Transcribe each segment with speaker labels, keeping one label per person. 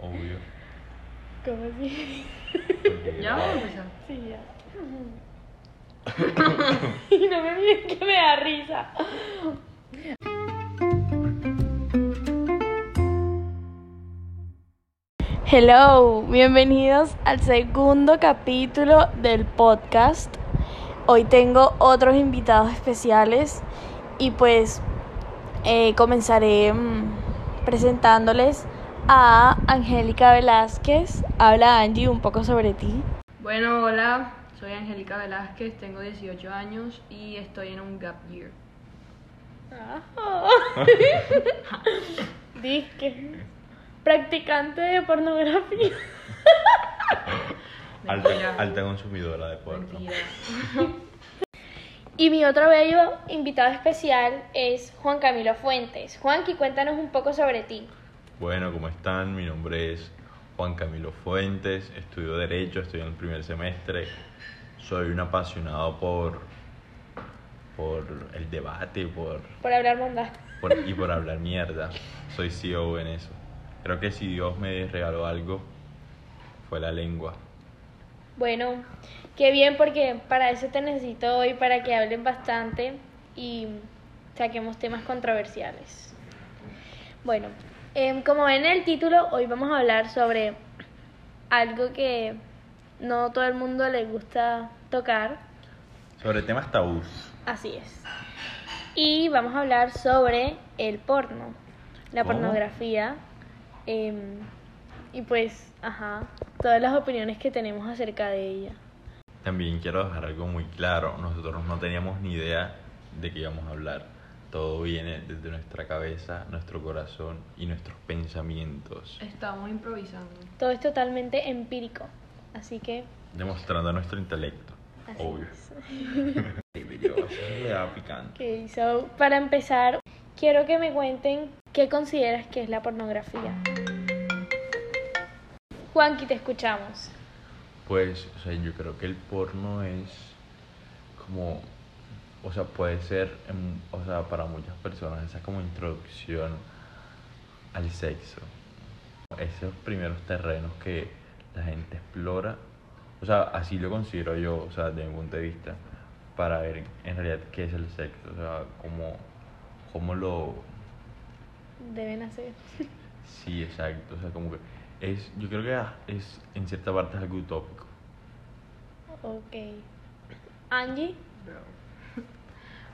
Speaker 1: Obvio.
Speaker 2: ¿Cómo así?
Speaker 3: Ya vamos a empezar.
Speaker 2: Sí, ya. y no me miren que me da risa. Hello, bienvenidos al segundo capítulo del podcast. Hoy tengo otros invitados especiales y pues eh, comenzaré mm, presentándoles a Angélica Velázquez. Habla Angie un poco sobre ti.
Speaker 3: Bueno, hola, soy Angélica Velázquez, tengo 18 años y estoy en un gap year.
Speaker 2: Disque. Practicante de pornografía.
Speaker 3: Mentira.
Speaker 1: Alta, alta consumidora de porno.
Speaker 3: Mentira.
Speaker 2: Y mi otro bello invitado especial es Juan Camilo Fuentes. Juanqui, cuéntanos un poco sobre ti.
Speaker 1: Bueno, ¿cómo están? Mi nombre es Juan Camilo Fuentes, estudio Derecho, estoy en el primer semestre. Soy un apasionado por, por el debate por,
Speaker 2: Por hablar bondad.
Speaker 1: por- y por hablar mierda. Soy CEO en eso. Creo que si Dios me regaló algo, fue la lengua.
Speaker 2: Bueno, qué bien porque para eso te necesito hoy, para que hablen bastante y saquemos temas controversiales. Bueno, em, como ven en el título, hoy vamos a hablar sobre algo que no todo el mundo le gusta tocar,
Speaker 1: Sobre temas tabús.
Speaker 2: así es. Y vamos a hablar sobre el porno, la
Speaker 1: ¿Cómo?
Speaker 2: pornografía em, y pues, ajá, todas las opiniones que tenemos acerca de ella.
Speaker 1: También quiero dejar algo muy claro, nosotros no teníamos ni idea de qué íbamos a hablar. Todo viene desde nuestra cabeza, nuestro corazón y nuestros pensamientos,
Speaker 3: Estamos improvisando.
Speaker 2: Todo es totalmente empírico, así que
Speaker 1: demostrando nuestro intelecto.
Speaker 2: así
Speaker 1: Obvio.
Speaker 2: es.
Speaker 1: Le da picante.
Speaker 2: Ok, so, para empezar, quiero que me cuenten qué consideras que es la pornografía. Juanqui, te escuchamos.
Speaker 1: Pues, o sea, yo creo que el porno es como, o sea, puede ser, em, o sea, para muchas personas esa como introducción al sexo. Esos primeros terrenos que la gente explora, o sea, así lo considero yo, o sea, desde mi punto de vista, para ver en realidad qué es el sexo, o sea, cómo, cómo lo,
Speaker 2: Deben hacer.
Speaker 1: Sí, exacto. O sea, como que es, yo creo que ah, es en cierta parte es algo utópico.
Speaker 2: Ok. Angie,
Speaker 3: Bro.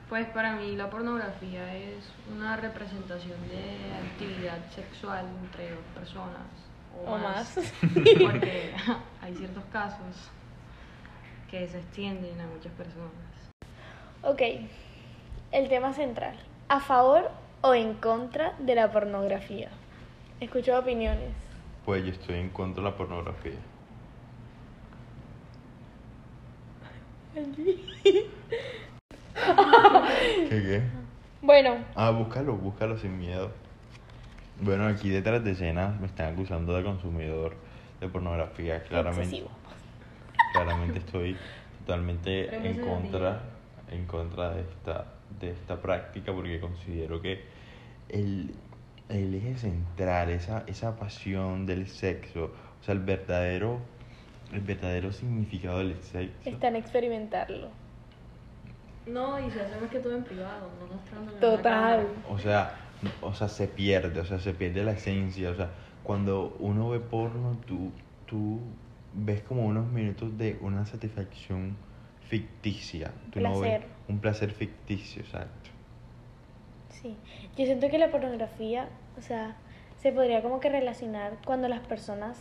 Speaker 3: Pues para mí la pornografía es una representación de actividad sexual entre dos personas o,
Speaker 2: o más.
Speaker 3: porque hay ciertos casos que se extienden a muchas personas.
Speaker 2: Ok. El tema central. ¿A favor o en contra de la pornografía? Escucho opiniones.
Speaker 1: Pues yo estoy en contra de la pornografía. ¿Qué qué?
Speaker 2: Bueno,
Speaker 1: Ah, búscalo, búscalo sin miedo. Bueno, aquí detrás de escenas me están acusando de consumidor de pornografía. Claramente,
Speaker 2: excesivo.
Speaker 1: claramente estoy totalmente
Speaker 3: Pero
Speaker 1: en
Speaker 3: eso es
Speaker 1: contra, en contra de esta, de esta práctica porque considero que el, el eje central, esa, esa pasión del sexo, o sea, el verdadero, el verdadero significado del sexo.
Speaker 2: Está en experimentarlo.
Speaker 3: No, y se hace más que todo en privado, no mostrando
Speaker 2: Total.
Speaker 1: O sea, o sea, se pierde, o sea, se pierde la esencia. O sea, cuando uno ve porno, tú, tú ves como unos minutos de una satisfacción ficticia. Tú no ves
Speaker 2: Placer.
Speaker 1: un placer ficticio, exacto.
Speaker 2: Sí, yo siento que la pornografía, o sea, se podría como que relacionar cuando las personas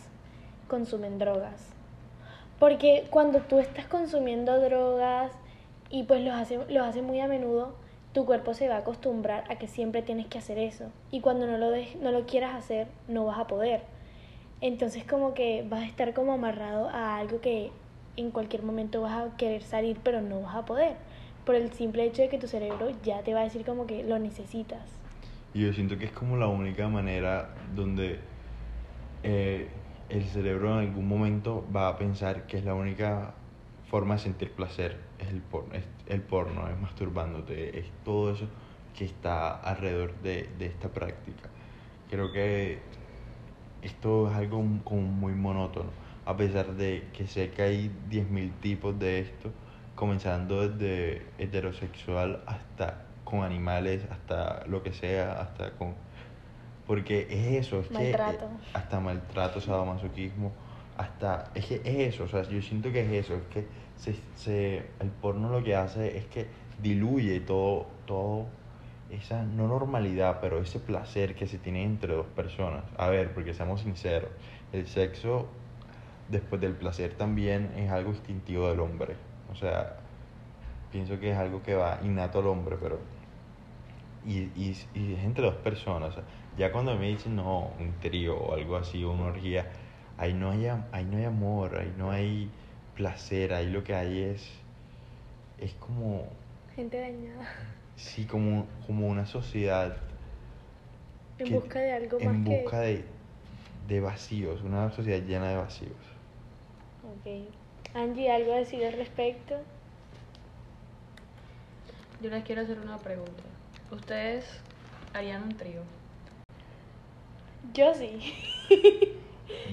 Speaker 2: consumen drogas. Porque cuando tú estás consumiendo drogas y pues los hace, los hace muy a menudo, tu cuerpo se va a acostumbrar a que siempre tienes que hacer eso. Y cuando no lo, dejes- no lo quieras hacer, no vas a poder. Entonces como que vas a estar como amarrado a algo que en cualquier momento vas a querer salir, pero no vas a poder. Por el simple hecho de que tu cerebro ya te va a decir como que lo necesitas.
Speaker 1: Y yo siento que es como la única manera donde eh, el cerebro en algún momento va a pensar que es la única forma de sentir placer, es el porno, es, el porno, es masturbándote, es todo eso que está alrededor de, de esta práctica. Creo que esto es algo m- como muy monótono, a pesar de que sé que hay 10.000 tipos de esto, comenzando desde heterosexual hasta con animales, hasta lo que sea, hasta con... Porque es eso, es que... eh,
Speaker 2: Maltrato.
Speaker 1: Hasta maltrato, sadomasoquismo, hasta... Es que es eso, o sea, yo siento que es eso, es que se, se- el porno lo que hace es que diluye todo, todo esa no normalidad, pero ese placer que se tiene entre dos personas. A ver, porque seamos sinceros, el sexo después del placer también es algo instintivo del hombre. O sea, pienso que es algo que va innato al hombre, pero... Y, y, y es entre dos personas. o sea, ya cuando me dicen, no, un trío o algo así, o una orgía, ahí no hay, am- ahí no hay amor, ahí no hay placer, ahí lo que hay es... Es como...
Speaker 2: Gente dañada.
Speaker 1: Sí, como, como una sociedad
Speaker 2: En
Speaker 1: Que-
Speaker 2: busca de algo
Speaker 1: en
Speaker 2: más que.
Speaker 1: busca de, de vacíos, una sociedad llena de vacíos.
Speaker 2: Ok. Angie, ¿algo a decir al respecto?
Speaker 3: Yo les quiero hacer una pregunta. ¿Ustedes harían un trío?
Speaker 2: Yo sí.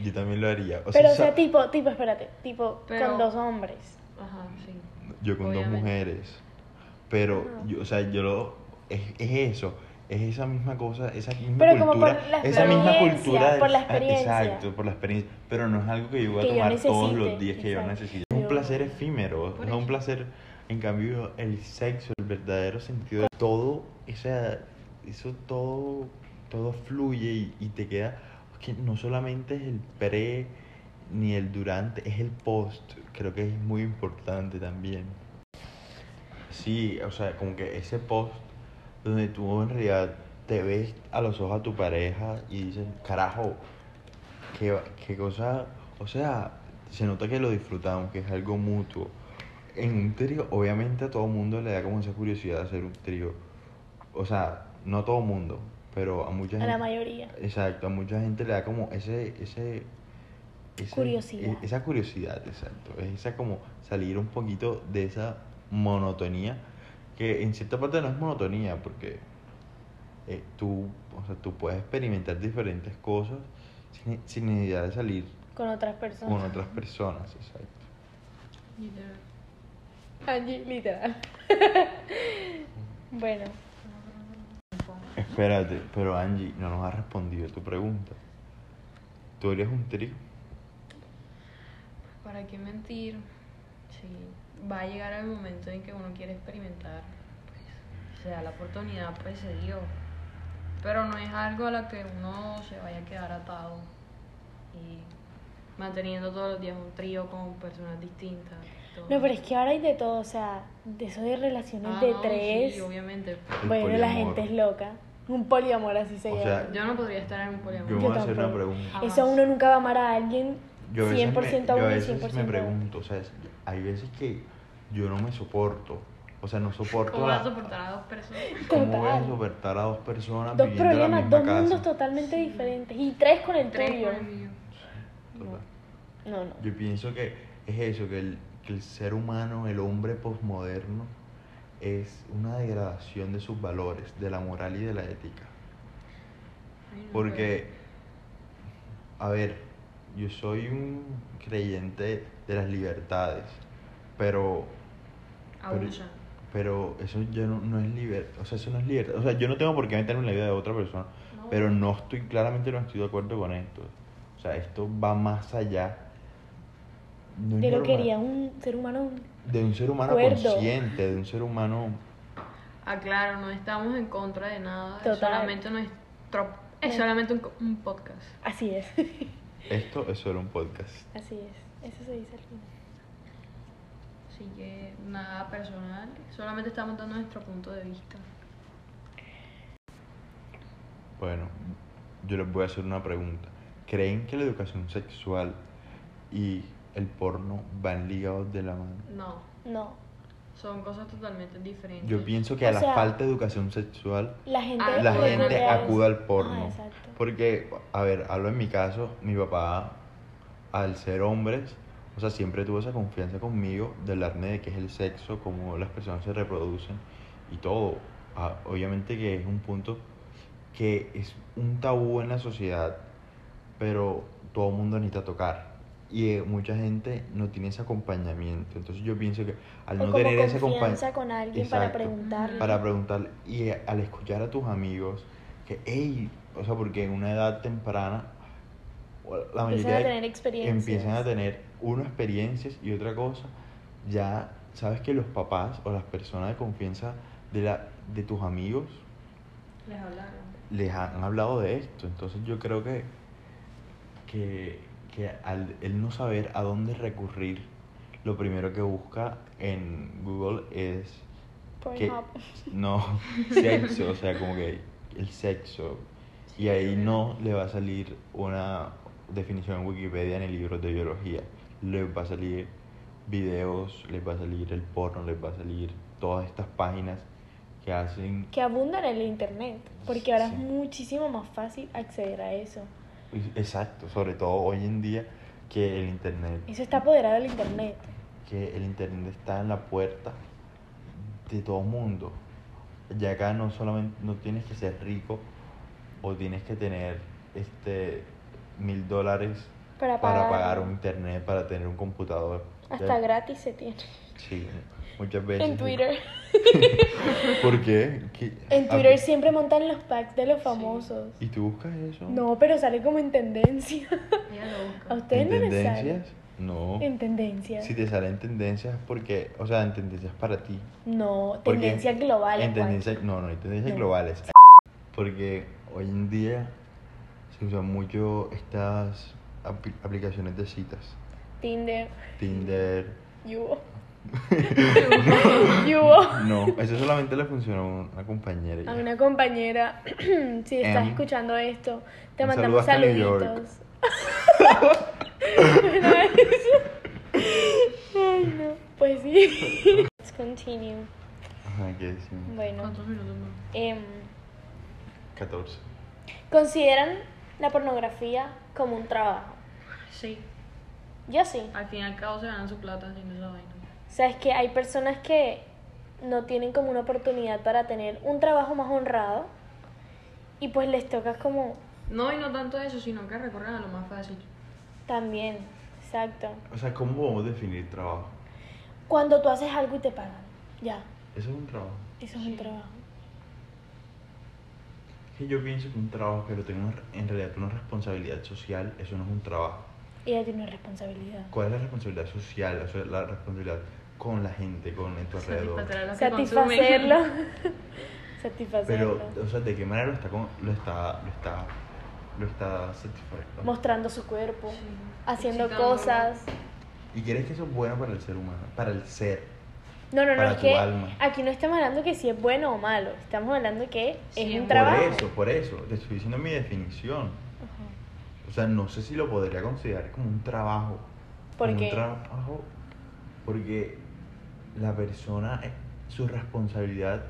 Speaker 1: Yo también lo haría. O
Speaker 2: Pero,
Speaker 1: sea,
Speaker 2: o sea,
Speaker 1: sa-
Speaker 2: tipo, tipo, espérate, tipo,
Speaker 3: Pero-
Speaker 2: con dos hombres.
Speaker 3: Ajá, sí.
Speaker 1: yo con dos
Speaker 3: obviamente.
Speaker 1: mujeres. Pero,
Speaker 2: Ajá.
Speaker 1: yo, o sea, yo lo. Es, es eso. Es esa misma cosa, esa misma
Speaker 2: Pero como
Speaker 1: cultura.
Speaker 2: por la
Speaker 1: esa misma
Speaker 2: experiencia,
Speaker 1: cultura. de-
Speaker 2: por la
Speaker 1: ah,
Speaker 2: experiencia.
Speaker 1: Exacto, por la experiencia. Pero no es algo que yo voy a
Speaker 2: Que yo
Speaker 1: tomar todos
Speaker 2: necesite,
Speaker 1: los días que yo
Speaker 2: exacto.
Speaker 1: necesito. Es un placer efímero.
Speaker 3: Por
Speaker 1: Es un
Speaker 3: eso.
Speaker 1: placer. En cambio, el sexo, el verdadero sentido de todo, esa, eso todo, todo fluye y, y te queda. Que no solamente es el pre ni el durante, es el post. Creo que es muy importante también. Sí, o sea, como que ese post donde tú en realidad te ves a los ojos a tu pareja y dices, carajo, qué, va- qué cosa, o sea, se nota que lo disfrutamos, que es algo mutuo. En un trío, obviamente a todo mundo le da como esa curiosidad de hacer un trío. O sea, no a todo mundo, pero a mucha
Speaker 2: A la
Speaker 1: gente.
Speaker 2: mayoría.
Speaker 1: Exacto, a mucha gente le da como ese, ese, ese-
Speaker 2: Curiosidad.
Speaker 1: e- Esa curiosidad, exacto. Es esa como salir un poquito de esa monotonía, que en cierta parte no es monotonía, porque eh, tú, o sea, tú puedes experimentar diferentes cosas sin, sin necesidad de salir
Speaker 2: Con otras personas.
Speaker 1: con otras personas, exacto.
Speaker 3: Literal.
Speaker 2: Angie, literal. bueno,
Speaker 1: Espérate, pero Angie no nos ha respondido tu pregunta. ¿Tú eres un trío?
Speaker 3: ¿Para qué mentir? Sí. Va a llegar el momento en que uno quiere experimentar. Pues, se da la oportunidad, pues se dio. Pero no es algo a lo que uno se vaya a quedar atado. Y manteniendo todos los días un trío con personas distintas. todo.
Speaker 2: no, pero es que ahora hay de todo, o sea, de eso de relaciones
Speaker 3: Ah,
Speaker 2: de
Speaker 3: no,
Speaker 2: tres.
Speaker 3: Sí, obviamente.
Speaker 1: El
Speaker 2: bueno, la
Speaker 1: poliamor.
Speaker 2: gente es loca. Un poliamor así se
Speaker 1: O
Speaker 2: llama.
Speaker 1: sea,
Speaker 3: Yo no podría estar en un
Speaker 1: Yo
Speaker 3: poliamor.
Speaker 1: voy a hacer una
Speaker 2: tampoco.
Speaker 1: pregunta.
Speaker 3: jamás.
Speaker 2: Eso uno nunca va a amar a alguien
Speaker 1: Yo a veces,
Speaker 2: 100%
Speaker 1: me,
Speaker 2: a
Speaker 1: yo a
Speaker 2: uno y
Speaker 1: veces
Speaker 2: 100%
Speaker 1: me
Speaker 2: a otro.
Speaker 1: pregunto, o sea, es- hay veces que yo no me soporto, o sea, no soporto
Speaker 3: ¿Cómo vas a
Speaker 1: la-
Speaker 3: soportar a dos personas?
Speaker 1: ¿Cómo voy a
Speaker 2: Total.
Speaker 1: soportar a dos personas
Speaker 2: Dos
Speaker 1: viviendo en Ah, la
Speaker 2: problemas,
Speaker 1: misma
Speaker 2: dos
Speaker 1: casa?
Speaker 2: mundos totalmente diferentes. Y tres con el
Speaker 3: Tres
Speaker 2: tuyo.
Speaker 3: por el mío.
Speaker 1: Total.
Speaker 2: No, no.
Speaker 1: Yo pienso que es eso, que el, que el ser humano, el hombre posmoderno, es una degradación de sus valores, de la moral y de la ética.
Speaker 3: Ay, no puedo.
Speaker 1: Porque, a ver, yo soy un creyente de las libertades, pero
Speaker 3: Abusa.
Speaker 1: Pero eso ya no, no es libertad. O sea, eso no es libertad. O sea, yo no tengo por qué meterme en la vida de otra persona.
Speaker 3: No.
Speaker 1: Pero no estoy, claramente no estoy de acuerdo con esto. O sea, esto va más allá. No es
Speaker 2: De lo que
Speaker 1: normal-
Speaker 2: quería un ser humano.
Speaker 1: De un ser humano
Speaker 2: Acuerdo.
Speaker 1: consciente, de un ser humano.
Speaker 3: Ah, claro, no estamos en contra de nada. Es
Speaker 2: Total.
Speaker 3: solamente nuestro- es
Speaker 2: No.
Speaker 3: solamente un, co- un podcast.
Speaker 2: Así es.
Speaker 1: Esto es solo un podcast.
Speaker 2: Así es. Eso se dice al final.
Speaker 3: Así que nada personal. Solamente estamos dando nuestro punto de vista.
Speaker 1: Bueno, yo les voy a hacer una pregunta. ¿Creen que la educación sexual y el porno van ligados de la mano?
Speaker 3: No,
Speaker 2: No.
Speaker 3: son cosas totalmente diferentes.
Speaker 1: Yo pienso que
Speaker 2: O
Speaker 1: a la
Speaker 2: sea-
Speaker 1: falta de educación sexual
Speaker 2: La gente,
Speaker 3: Ah,
Speaker 1: la
Speaker 3: acude
Speaker 2: acude
Speaker 1: gente
Speaker 2: a-
Speaker 1: acude al
Speaker 2: Ah,
Speaker 1: porno.
Speaker 2: exacto.
Speaker 1: porque, a ver, hablo en mi caso, mi papá, al ser hombres, o sea, siempre tuvo esa confianza conmigo de hablarme de qué es el sexo, cómo las personas se reproducen y todo. Ah, obviamente que es un punto que es un tabú en la sociedad pero todo el mundo necesita tocar. Y eh, mucha gente no tiene ese acompañamiento. Entonces yo pienso que al
Speaker 2: O
Speaker 1: no
Speaker 2: como
Speaker 1: tener ese
Speaker 2: confianza
Speaker 1: acompañamiento...
Speaker 2: con alguien para
Speaker 1: Exacto.
Speaker 2: preguntarle.
Speaker 1: Para preguntar y eh, al escuchar a tus amigos, que, hey, o sea, porque en una edad temprana, o la
Speaker 2: Empiezan
Speaker 1: mayoría
Speaker 2: a
Speaker 1: de-
Speaker 2: tener experiencias.
Speaker 1: empiezan a tener, uno, experiencias y otra cosa, ya sabes que los papás o las personas de confianza de, la, de tus amigos
Speaker 3: Les hablaron.
Speaker 1: les han hablado de esto. Entonces yo creo que, que, que al el no saber a dónde recurrir, lo primero que busca en Google es que-
Speaker 2: Pornhub.
Speaker 1: no, sexo, o sea, como que el sexo. Y ahí no le va a salir una definición en Wikipedia ni libros de biología. Les va a salir videos, les va a salir el porno, les va a salir todas estas páginas que hacen...
Speaker 2: que abundan en el internet, porque ahora
Speaker 1: Sí.
Speaker 2: es muchísimo más fácil acceder a eso.
Speaker 1: Exacto, sobre todo hoy en día que el internet...
Speaker 2: Eso está apoderado del internet.
Speaker 1: que el internet está en la puerta de todo mundo. Ya acá no solamente no tienes que ser rico o tienes que tener este mil dólares
Speaker 2: Para
Speaker 1: para
Speaker 2: pagar.
Speaker 1: pagar un internet, para tener un computador.
Speaker 2: Hasta
Speaker 1: Ya-
Speaker 2: gratis se tiene.
Speaker 1: Sí, muchas veces.
Speaker 2: En Twitter.
Speaker 1: ¿Por qué? ¿Qué-
Speaker 2: En
Speaker 1: a-
Speaker 2: Twitter siempre montan los packs de los
Speaker 3: Sí.
Speaker 2: famosos.
Speaker 1: Ah, ¿Y tú buscas eso?
Speaker 2: No, pero sale como en tendencia.
Speaker 3: Ella lo busca.
Speaker 2: A ustedes
Speaker 1: ¿En
Speaker 2: no les sale.
Speaker 1: tendencias? No.
Speaker 2: En tendencia.
Speaker 1: Si te salen tendencias porque, o sea, en tendencias para ti.
Speaker 2: No,
Speaker 1: Porque
Speaker 2: tendencia global.
Speaker 1: En
Speaker 2: Juan.
Speaker 1: tendencias, no, no, hay tendencias
Speaker 2: No.
Speaker 1: globales. Porque hoy en día se usan mucho estas apli- aplicaciones de citas.
Speaker 2: Tinder.
Speaker 1: Tinder.
Speaker 2: Yubo. Yubo.
Speaker 1: No, eso solamente le funcionó a una compañera. y
Speaker 2: A
Speaker 1: ya.
Speaker 2: una compañera, si estás
Speaker 1: Em,
Speaker 2: escuchando esto, te
Speaker 1: un
Speaker 2: mandamos
Speaker 1: saludo hasta New York.
Speaker 2: saluditos. Bueno, eso. Ay, no. Pues sí. Let's continue.
Speaker 1: Ajá, ¿qué decimos?
Speaker 2: Bueno,
Speaker 3: ¿Cuántos minutos más?
Speaker 2: em,
Speaker 1: 14.
Speaker 2: ¿consideran la pornografía como un trabajo?
Speaker 3: Sí.
Speaker 2: Yo sí.
Speaker 3: Al fin y al cabo se ganan su plata haciendo esa vaina.
Speaker 2: O sea, es que hay personas que no tienen como una oportunidad para tener un trabajo más honrado y pues les toca como
Speaker 3: No, y no tanto eso, sino que recorren a lo más fácil.
Speaker 2: también, exacto.
Speaker 1: O sea, ¿cómo podemos definir trabajo?
Speaker 2: Cuando tú haces algo y te pagan, ya,
Speaker 1: Eso es un trabajo.
Speaker 2: eso es un trabajo.
Speaker 1: Que yo pienso que un trabajo que lo tenga una- en realidad una responsabilidad social, eso no es un trabajo.
Speaker 2: Y ella tiene una responsabilidad.
Speaker 1: ¿Cuál es la responsabilidad social? O sea, la responsabilidad con la gente, con en tu alrededor.
Speaker 2: pues,
Speaker 3: Satisfacer a los que consumen.
Speaker 2: Satisfacerlo.
Speaker 1: Pero,
Speaker 2: Satisfacerlo.
Speaker 1: o sea, ¿de qué manera lo está, con- lo está, lo está, lo está satisfaciendo?
Speaker 2: Mostrando su cuerpo,
Speaker 3: Sí.
Speaker 2: haciendo
Speaker 3: Excitándolo.
Speaker 2: cosas.
Speaker 1: ¿Y crees que eso es bueno para el ser humano? Para el ser.
Speaker 2: No, no, no,
Speaker 1: Para
Speaker 2: es
Speaker 1: tu
Speaker 2: que
Speaker 1: alma.
Speaker 2: aquí no estamos hablando que si es bueno o malo, estamos hablando que es
Speaker 3: Sí,
Speaker 2: un
Speaker 3: es
Speaker 2: trabajo.
Speaker 1: Por eso, por eso. Te estoy diciendo mi definición.
Speaker 2: Ajá.
Speaker 1: O sea, no sé si lo podría considerar como un trabajo.
Speaker 2: ¿Por
Speaker 1: como
Speaker 2: qué?
Speaker 1: Un trabajo porque la persona, eh, su responsabilidad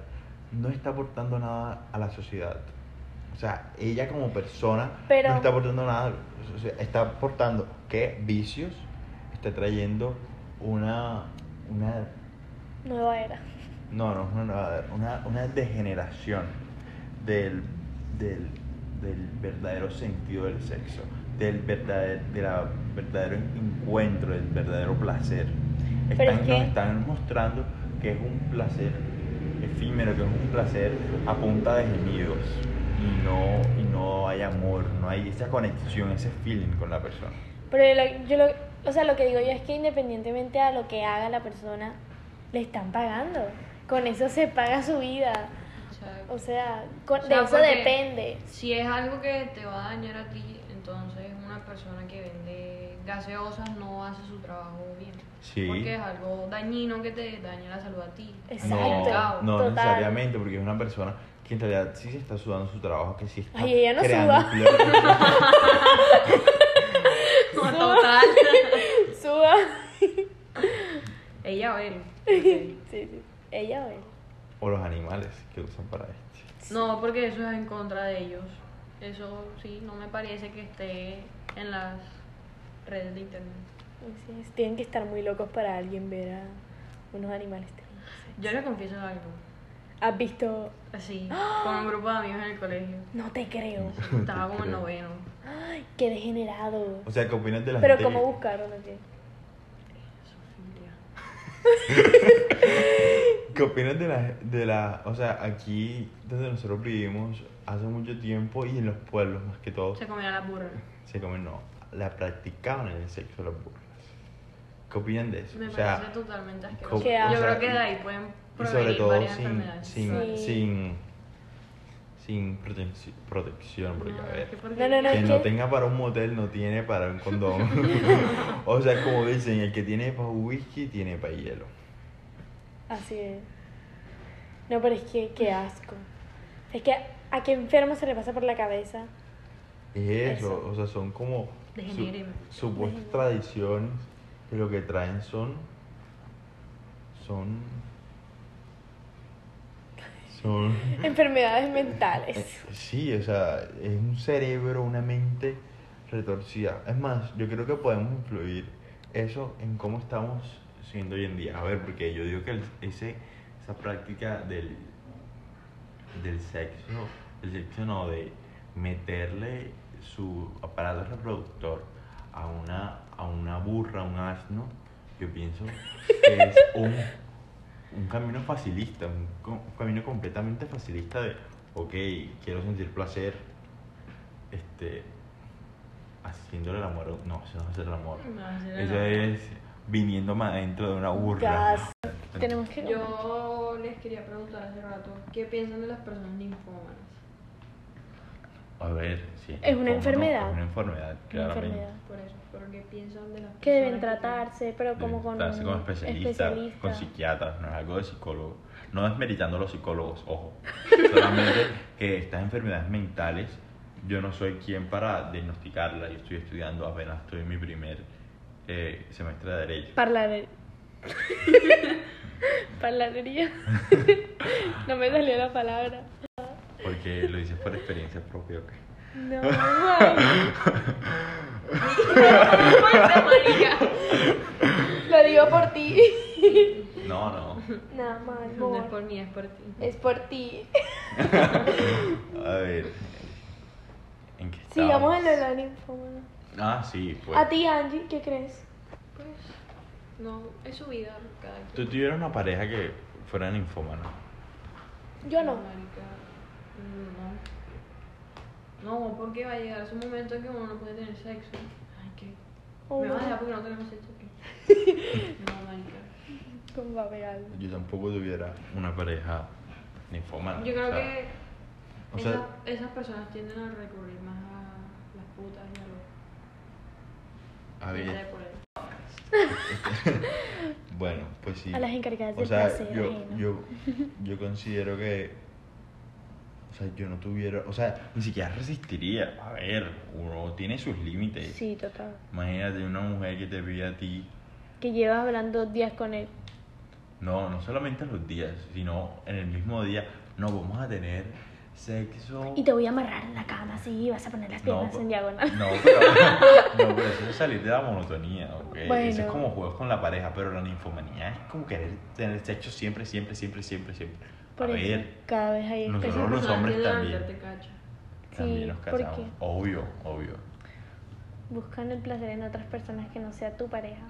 Speaker 1: no está aportando nada a la sociedad. O sea, ella como persona
Speaker 2: Pero-
Speaker 1: no está aportando nada. O sea, está aportando qué vicios, está trayendo una, una
Speaker 2: Nueva era.
Speaker 1: no, no, no, no, a ver, una, una degeneración del, del, del verdadero sentido del sexo, del verdader- de la- verdadero encuentro, del verdadero placer.
Speaker 2: Pero
Speaker 1: Están,
Speaker 2: es
Speaker 1: nos
Speaker 2: que-
Speaker 1: están mostrando que es un placer efímero, que es un placer a punta de gemidos y no, y no hay amor, no hay esa conexión, ese feeling con la persona.
Speaker 2: Pero yo, lo- yo lo, o sea, lo que digo yo es que independientemente a lo que haga la persona, le están pagando. Con eso se paga su vida.
Speaker 3: O sea,
Speaker 2: O sea, con-
Speaker 3: O sea,
Speaker 2: de eso
Speaker 3: porque-
Speaker 2: depende.
Speaker 3: Si es algo que te va a dañar a ti, entonces una persona que vende gaseosas no hace su trabajo bien.
Speaker 1: Sí.
Speaker 3: Porque es algo dañino que te daña la salud a ti.
Speaker 1: No,
Speaker 2: Exacto.
Speaker 1: no
Speaker 2: total.
Speaker 1: necesariamente, porque es una persona que en realidad sí se está sudando su trabajo, que sí está
Speaker 2: Ay, ella no
Speaker 1: creando
Speaker 2: suda.
Speaker 1: empleo.
Speaker 3: Total.
Speaker 2: Suba.
Speaker 3: Ella o él.
Speaker 2: sí, sí. Ella o él.
Speaker 1: o los animales que usan para este.
Speaker 3: No, porque eso es en contra de ellos. Eso sí, no me parece que esté en las redes de internet.
Speaker 2: Así es, Tienen que estar muy locos para alguien ver a unos animales. teniendo sexo.
Speaker 3: Yo le confieso algo.
Speaker 2: ¿Has visto?
Speaker 3: Así, con un grupo de amigos en el colegio.
Speaker 2: No te creo.
Speaker 1: No te
Speaker 3: Estaba como en
Speaker 1: creo.
Speaker 3: noveno.
Speaker 2: ¡Ay, qué degenerado!
Speaker 1: O sea, ¿qué opinas de la
Speaker 2: Pero
Speaker 1: gente
Speaker 2: ¿cómo
Speaker 1: que-
Speaker 2: buscaron así?
Speaker 3: Zoofilia.
Speaker 1: ¿Qué opinas de la, de la... O sea, aquí donde nosotros vivimos hace mucho tiempo y en los pueblos más que todo
Speaker 3: Se comían las burras.
Speaker 1: se comen, no, la practicaban en el sexo las burlas. ¿Qué opinan de eso?
Speaker 3: Me
Speaker 1: o
Speaker 3: parece
Speaker 1: sea,
Speaker 3: totalmente
Speaker 1: co-
Speaker 3: asqueroso.
Speaker 2: Qué asco.
Speaker 3: Yo
Speaker 1: o sea,
Speaker 3: creo que de ahí pueden
Speaker 1: y
Speaker 3: provenir
Speaker 1: sobre todo
Speaker 3: varias
Speaker 1: sin,
Speaker 3: enfermedades.
Speaker 1: sin,
Speaker 2: Sí.
Speaker 1: sin, sin protec- protección, porque
Speaker 3: No,
Speaker 1: a
Speaker 3: es
Speaker 1: ver,
Speaker 3: que porque-
Speaker 2: No, no, no.
Speaker 1: que
Speaker 2: es
Speaker 1: no
Speaker 2: que-
Speaker 1: tenga para un motel no tiene para un condón. o sea, como dicen, el que tiene para whisky tiene para hielo.
Speaker 2: Así es. No, pero es que qué asco. Es que a qué enfermo se le pasa por la cabeza.
Speaker 1: Es eso,
Speaker 2: Eso.
Speaker 1: o sea, son como su-
Speaker 3: Degeneren.
Speaker 1: supuestas
Speaker 2: Degeneren.
Speaker 1: tradiciones que lo que traen son son son
Speaker 2: Enfermedades
Speaker 1: eh,
Speaker 2: mentales.
Speaker 1: sí, o sea, es un cerebro, una mente retorcida. Es más, yo creo que podemos influir eso en cómo estamos siendo hoy en día. A ver, porque yo digo que el- ese esa práctica del del sexo, del sexo no, de meterle su aparato reproductor a una, a una burra, a un asno, yo pienso que es un, un camino facilista, un, co- un camino completamente facilista de, ok, quiero sentir placer, este, haciéndole el amor, no, eso no es hacer el amor,
Speaker 3: No, sí,
Speaker 1: eso
Speaker 3: no.
Speaker 1: es viniendo más adentro de una burra.
Speaker 2: Gas. Tenemos que.
Speaker 3: Yo les quería preguntar hace rato, ¿qué piensan de las personas ninfómanas?
Speaker 1: A ver, sí.
Speaker 2: Es una
Speaker 1: cómo no,
Speaker 2: enfermedad.
Speaker 1: Es una enfermedad,
Speaker 2: Una
Speaker 1: claramente.
Speaker 2: enfermedad.
Speaker 3: Por eso, ¿por qué piensan de las personas
Speaker 2: Que deben tratarse, pero como
Speaker 1: Deben
Speaker 2: con.
Speaker 1: tratarse
Speaker 2: un
Speaker 1: con especialistas,
Speaker 2: especialista.
Speaker 1: con psiquiatras, no es algo de psicólogo. No desmeritando a los psicólogos, ojo. Solamente que estas enfermedades mentales, yo no soy quien para diagnosticarlas. Yo estoy estudiando, apenas estoy en mi primer eh, semestre de Derecho.
Speaker 2: Parlare- Parlarería. no me salió la palabra.
Speaker 1: Porque lo dices por experiencia propia, ¿ok?
Speaker 2: No, ay.
Speaker 3: Puta, marica.
Speaker 2: Lo digo por ti.
Speaker 1: No, no.
Speaker 2: Nada más,
Speaker 3: No es
Speaker 2: amor.
Speaker 3: por mí, es por ti.
Speaker 2: Es por ti.
Speaker 1: A ver. ¿En qué
Speaker 2: Sigamos
Speaker 1: estábamos?
Speaker 2: en lo de la ninfómana.
Speaker 1: Ah, sí, pues.
Speaker 2: A ti, Angie, ¿qué crees?
Speaker 3: Pues, no, es su vida, cada
Speaker 1: Tú
Speaker 3: quien.
Speaker 1: tuvieras una pareja que fuera ninfómana.
Speaker 2: Yo no.
Speaker 3: Marica, mm, No. No, porque va a llegar su momento en que uno no puede tener sexo. Ay, qué.
Speaker 2: Oh,
Speaker 3: Me vas a
Speaker 2: no.
Speaker 3: dejar porque no tenemos sexo aquí. No, marica.
Speaker 2: Con papel.
Speaker 1: Yo tampoco tuviera una pareja ninfómana.
Speaker 3: Yo creo
Speaker 1: o sea,
Speaker 3: que
Speaker 1: O sea-
Speaker 3: esas- esas personas tienden a recurrir más a las putas y a los.
Speaker 1: A
Speaker 3: y
Speaker 1: ver,
Speaker 3: por ahí.
Speaker 1: bueno, pues sí.
Speaker 2: A las encargadas
Speaker 1: O
Speaker 2: del
Speaker 1: sea,
Speaker 2: placer
Speaker 1: yo,
Speaker 2: ajeno.
Speaker 1: yo, yo considero que. O sea, yo no tuviera. O sea, ni siquiera resistiría. A ver, uno tiene sus límites.
Speaker 2: Sí, total.
Speaker 1: Imagínate una mujer que te pide a ti.
Speaker 2: Que llevas hablando dos días con él.
Speaker 1: No, no solamente los días, sino en el mismo día. No, vamos a tener sexo.
Speaker 2: Y te voy a amarrar en la cama así y vas a poner las piernas
Speaker 1: pero-
Speaker 2: en diagonal.
Speaker 1: No, pues, pero, no, pero eso es salir de la monotonía, ¿ok? Eso es
Speaker 2: Bueno.
Speaker 1: como juegos con la pareja, pero la ninfomanía es como querer tener sexo siempre, siempre, siempre, siempre, siempre.
Speaker 2: Por
Speaker 1: a
Speaker 2: eso,
Speaker 1: ver,
Speaker 2: cada vez hay
Speaker 1: nosotros
Speaker 2: especies.
Speaker 1: los hombres
Speaker 3: tienden a
Speaker 1: también.
Speaker 3: meterte cacha.
Speaker 1: también
Speaker 2: Sí,
Speaker 1: nos
Speaker 2: ¿por qué?
Speaker 1: casamos. Obvio, obvio.
Speaker 2: buscan el placer en otras personas que no sea tu pareja.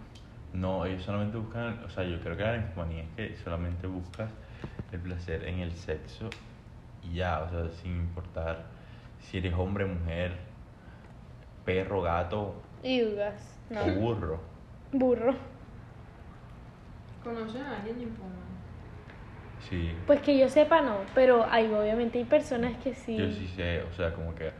Speaker 1: No, ellos solamente buscan, o sea, yo creo que la ninfomanía es que solamente buscas el placer en el sexo y ya, o sea, sin importar si eres hombre, mujer, perro, gato
Speaker 2: Y dudas, no.
Speaker 1: o burro.
Speaker 2: Burro.
Speaker 3: ¿Conocen a alguien ninfómano?
Speaker 1: Sí,
Speaker 2: Pues que yo sepa, no. Pero hay, obviamente hay personas que sí.
Speaker 1: Yo sí sé, o sea, como que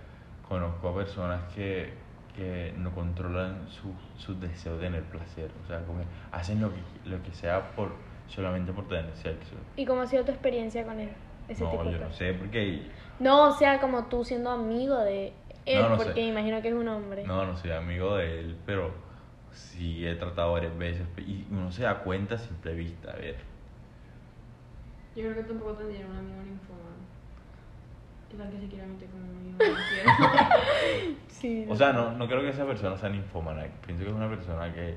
Speaker 1: conozco a personas que, que no controlan su, su deseo de tener placer, o sea, como que hacen lo que, lo que sea por solamente por tener sexo.
Speaker 2: ¿Y cómo ha sido tu experiencia con él? Ese
Speaker 1: no,
Speaker 2: tipo de
Speaker 1: yo no
Speaker 2: cosas.
Speaker 1: sé, porque
Speaker 2: No, o sea, como tú siendo amigo de él,
Speaker 1: No, no
Speaker 2: porque
Speaker 1: sé.
Speaker 2: me imagino que es un hombre.
Speaker 1: no, no soy amigo de él, pero sí he tratado varias veces y uno se da cuenta a simple vista, a ver.
Speaker 3: Yo creo que tampoco tendría un amigo ninfómano. ¿Qué tal que se quiera meter con un amigo? no quiero?
Speaker 2: Sí.
Speaker 1: O sea, no, no creo que esa persona sea ninfómana. Pienso que es una persona que.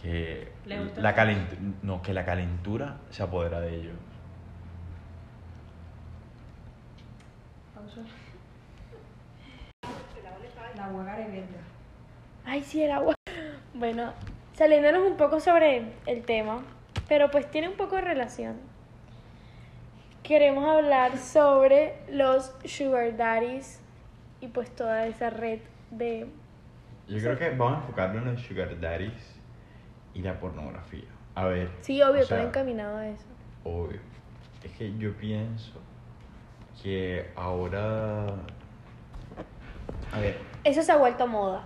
Speaker 1: que
Speaker 3: Le gusta
Speaker 1: la
Speaker 3: el
Speaker 1: calent No, que la calentura se apodera de ellos.
Speaker 3: Pausa. La
Speaker 4: agua Gareverga.
Speaker 2: Ay, sí, el agua. Bueno, saliéndonos un poco sobre el tema, pero pues tiene un poco de relación. Queremos hablar sobre los sugar daddies y pues toda esa red de...
Speaker 1: Yo creo que vamos a enfocarnos en los sugar daddies y la pornografía. A ver.
Speaker 2: Sí, obvio,
Speaker 1: o sea,
Speaker 2: todo encaminado a eso.
Speaker 1: Obvio. Es que yo pienso que ahora... A ver.
Speaker 2: Eso se ha vuelto moda.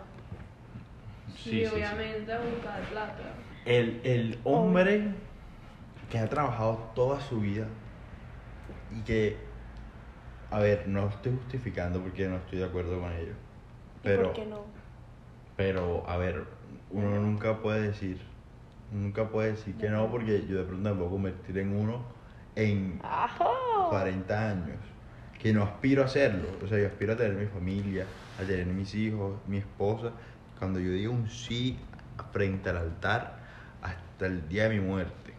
Speaker 3: y obviamente a buscar plata.
Speaker 1: El, el hombre que ha trabajado toda su vida y que, a ver, no estoy justificando porque no estoy de acuerdo con ello.
Speaker 2: ¿Y
Speaker 1: Pero,
Speaker 2: por qué no?
Speaker 1: pero a ver, uno nunca puede decir, nunca puede decir que no porque yo de pronto me puedo convertir en uno en
Speaker 2: Ajá.
Speaker 1: 40 años. Que no aspiro a hacerlo. O sea, yo aspiro a tener mi familia, a tener mis hijos, mi esposa. Cuando yo diga un sí frente al altar hasta el día de mi muerte.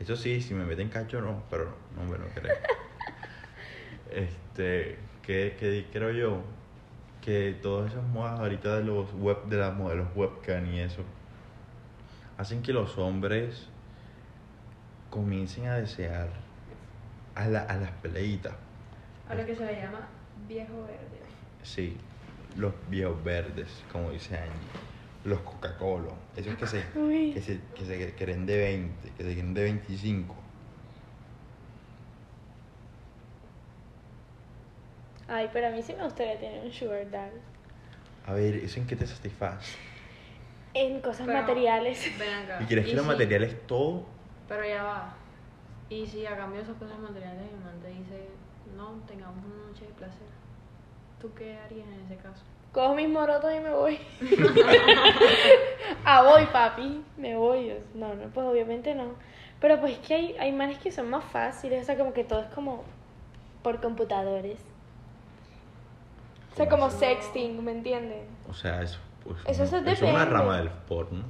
Speaker 1: Eso sí, si me meten cacho, no, pero no me lo creo. este, que, que creo yo que todas esas modas ahorita de los web, de las modelos webcam y eso, hacen que los hombres comiencen a desear a, la- a las peleitas.
Speaker 3: A lo que se le llama viejo verde.
Speaker 1: Sí, los viejos verdes, como dice Angie. Los Coca-Cola, esos que se,
Speaker 2: Uy.
Speaker 1: que, se, que se creen de 20, que se creen de 25.
Speaker 2: Ay, pero a mí sí me gustaría tener un sugar daddy.
Speaker 1: A ver, ¿eso en qué te satisface?
Speaker 2: En cosas
Speaker 3: Pero,
Speaker 2: materiales.
Speaker 3: Ven acá.
Speaker 1: ¿Y crees que los
Speaker 3: si-
Speaker 1: materiales todo?
Speaker 3: Pero ya va. Y si a cambio de esas cosas materiales el man te dice, no, tengamos una noche de placer. ¿Tú qué harías en ese caso?
Speaker 2: Cojo mis morotos y me voy. ah, voy, papi. Me voy. No, no, pues obviamente no. Pero pues es que hay, hay manes que son más fáciles. O sea, como que todo es como por computadores. O sea,
Speaker 1: ¿Cómo
Speaker 2: como
Speaker 1: así?
Speaker 2: sexting, ¿me entienden?
Speaker 1: O sea, eso, pues,
Speaker 2: Eso
Speaker 1: una-
Speaker 2: se
Speaker 1: es una
Speaker 2: depende.
Speaker 1: rama del porno.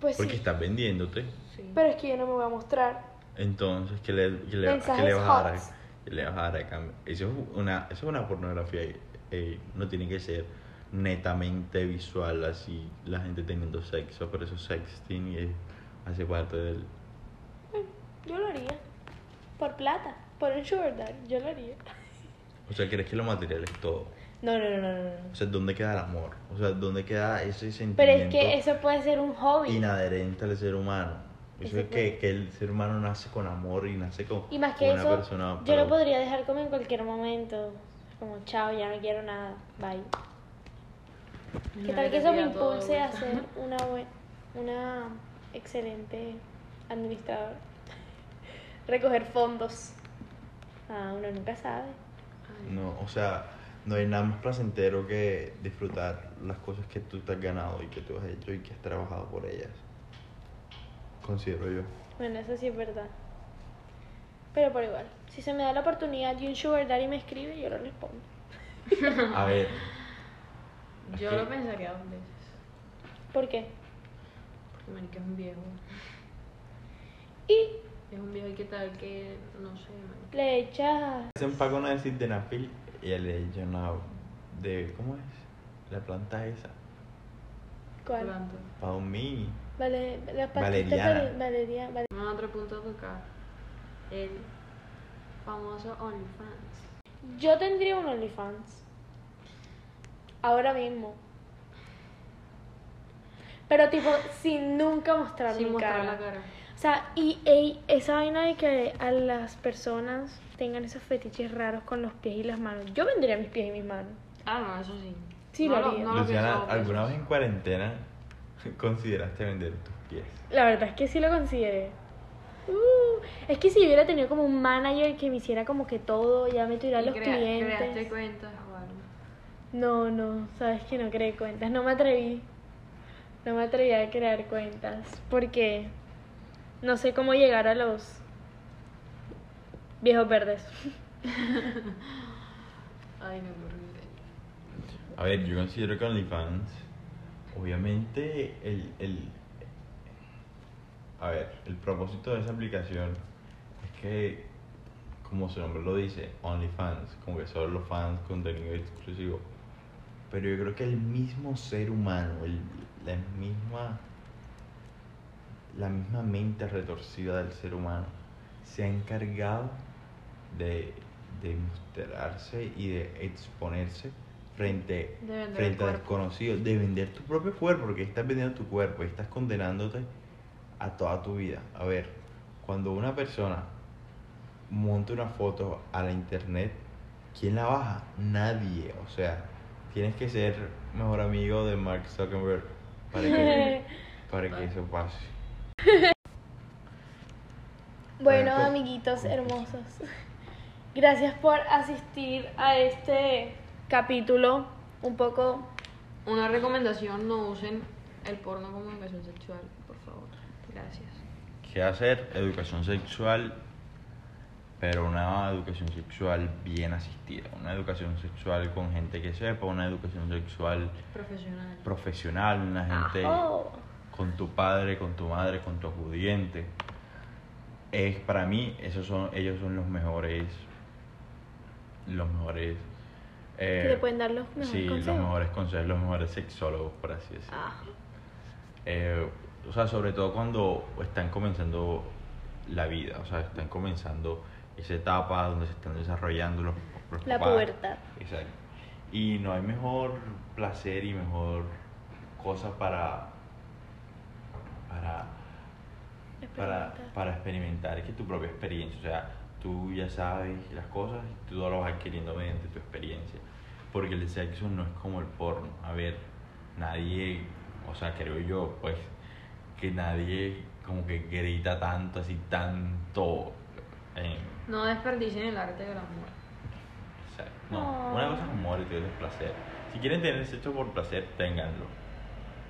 Speaker 2: Pues
Speaker 1: Porque
Speaker 2: sí.
Speaker 1: estás vendiéndote.
Speaker 3: Sí.
Speaker 2: Pero es que yo no me voy a mostrar.
Speaker 1: Entonces, ¿qué le, qué le, qué
Speaker 2: Mensajes
Speaker 1: le vas a dar?
Speaker 2: hot.
Speaker 1: a- qué le vas a dar a cambio? Eso es una, eso es una pornografía. eh, no tiene que ser netamente visual, así la gente teniendo sexo, pero eso es sexting y es- hace parte del.
Speaker 2: Yo lo haría. Por plata. Por el sugar daddy. Yo lo haría.
Speaker 1: O sea, ¿crees que lo material es todo?
Speaker 2: No, no, no, no, no. no.
Speaker 1: O sea, ¿dónde queda el amor? O sea, ¿dónde queda ese sentimiento
Speaker 2: Pero es que eso puede ser un hobby.
Speaker 1: inadherente al ser humano? Eso
Speaker 2: Ese
Speaker 1: es que, que el ser humano nace con amor y nace con,
Speaker 2: Y más
Speaker 1: con
Speaker 2: que
Speaker 1: una
Speaker 2: eso,
Speaker 1: persona.
Speaker 2: yo
Speaker 1: pero-
Speaker 2: lo podría dejar como en cualquier momento. Como, chao, ya no quiero nada, bye. ¿Qué tal que eso me impulse a ser una, buen- una excelente administradora? Recoger fondos. Ah, uno nunca sabe.
Speaker 1: No, o sea, no hay nada más placentero que disfrutar las cosas que tú te has ganado y que tú has hecho y que has trabajado por ellas. Considero yo.
Speaker 2: Bueno, eso sí es verdad. Pero por igual, si se me da la oportunidad y un sugar daddy me escribe, yo lo respondo.
Speaker 1: A ver,
Speaker 3: Yo
Speaker 1: Aquí.
Speaker 3: lo pensaría dos veces.
Speaker 2: ¿Por qué?
Speaker 3: Porque marica es un viejo.
Speaker 2: Y
Speaker 3: Es un viejo y qué tal que, no sé, marica.
Speaker 2: le echas...
Speaker 1: hacen pago una de sildenafil y le echan una de. ¿Cómo es? La planta esa.
Speaker 2: ¿Cuál?
Speaker 3: Tanto.
Speaker 1: Pa' un mini.
Speaker 2: Vale, las pastillas
Speaker 1: Valeriana.
Speaker 2: vale- valeria- vale-
Speaker 3: Vamos a otro punto a tocar. El famoso OnlyFans.
Speaker 2: Yo tendría un OnlyFans. Ahora mismo. Pero tipo, sin nunca mostrar mi
Speaker 3: Sin mostrar
Speaker 2: cara.
Speaker 3: la cara.
Speaker 2: O sea, y ey, esa vaina de que a las personas tengan esos fetiches raros con los pies y las manos. Yo vendría mis pies y mis manos.
Speaker 3: Ah, no, eso sí.
Speaker 2: Sí,
Speaker 3: no
Speaker 2: lo haría.
Speaker 3: No lo
Speaker 1: Luciana,
Speaker 3: pensaba,
Speaker 1: ¿alguna
Speaker 3: pues.
Speaker 1: vez en cuarentena consideraste vender tus pies?
Speaker 2: La verdad es que sí lo consideré. Uh, es que si yo hubiera tenido como un manager que me hiciera como que todo, ya me tuviera
Speaker 3: Y
Speaker 2: los
Speaker 3: crea-
Speaker 2: clientes.
Speaker 3: Creaste cuentas o algo.
Speaker 2: No, no, sabes que no creé cuentas, no me atreví. No me atreví a crear cuentas porque no sé cómo llegar a los viejos verdes.
Speaker 3: Ay, me aburrí.
Speaker 1: A ver, yo considero que OnlyFans, obviamente, el, el, a ver, el propósito de esa aplicación es que, como su nombre lo dice, OnlyFans, como que solo los fans, contenido exclusivo. Pero yo creo que el mismo ser humano, el- la misma la misma mente retorcida del ser humano se ha encargado de, de mostrarse y de exponerse frente,
Speaker 3: De vender el
Speaker 1: frente al
Speaker 3: cuerpo.
Speaker 1: desconocido, de vender tu propio cuerpo, porque estás vendiendo tu cuerpo y estás condenándote a toda tu vida. A ver, cuando una persona monta una foto a la internet, ¿quién la baja? Nadie. O sea, tienes que ser mejor amigo de Mark Zuckerberg para que, para que eso pase.
Speaker 2: Bueno,
Speaker 1: Bueno, pues,
Speaker 2: amiguitos
Speaker 1: con-
Speaker 2: hermosos, gracias por asistir a este capítulo un poco
Speaker 3: Una recomendación, no usen el porno como educación sexual, por favor. Gracias.
Speaker 1: ¿Qué hacer? Educación sexual, pero una educación sexual bien asistida. Una educación sexual con gente que sepa, una educación sexual
Speaker 3: Profesional.
Speaker 1: profesional, una gente
Speaker 2: ajo.
Speaker 1: con tu padre, con tu madre, con tu acudiente. Es, para mí, esos son, ellos son los mejores. Los mejores.
Speaker 2: que
Speaker 1: eh,
Speaker 2: le pueden dar los mejores
Speaker 1: sí, los
Speaker 2: consejos.
Speaker 1: mejores consejos, los mejores sexólogos, por así decirlo.
Speaker 2: Ah,
Speaker 1: Eh, o sea, sobre todo cuando están comenzando la vida, o sea, están comenzando esa etapa donde se están desarrollando los, los
Speaker 2: la
Speaker 1: papás.
Speaker 2: pubertad.
Speaker 1: Exacto. Y no hay mejor placer y mejor cosa para para para,
Speaker 2: Experimentar.
Speaker 1: para experimentar que tu propia experiencia. O sea, tú ya sabes las cosas y tú lo vas adquiriendo mediante tu experiencia. Porque el sexo no es como el porno. A ver, nadie, o sea, creo yo, pues, que nadie como que grita tanto, así tanto. eh,
Speaker 3: No desperdicien el arte del amor.
Speaker 1: o sea, no, una cosa es amor y otra es placer. Si quieren tener sexo por placer, ténganlo.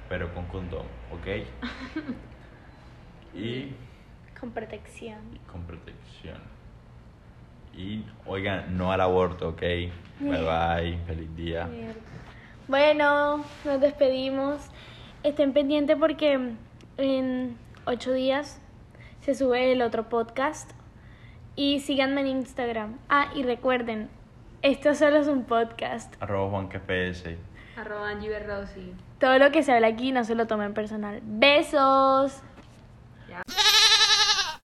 Speaker 1: Pero con condón, ¿ok? y
Speaker 2: Con protección.
Speaker 1: con protección. Y oigan, no al aborto, ¿ok? Bye bye, feliz día.
Speaker 2: Bueno, nos despedimos. Estén pendientes porque en ocho días se sube el otro podcast. Y síganme en Instagram. Ah, y recuerden, esto solo es un podcast.
Speaker 1: Arroba Juan KPS.
Speaker 3: Arroba Angie Berrossi.
Speaker 2: Todo lo que se habla aquí no se lo tomen personal. Besos.
Speaker 3: Ya.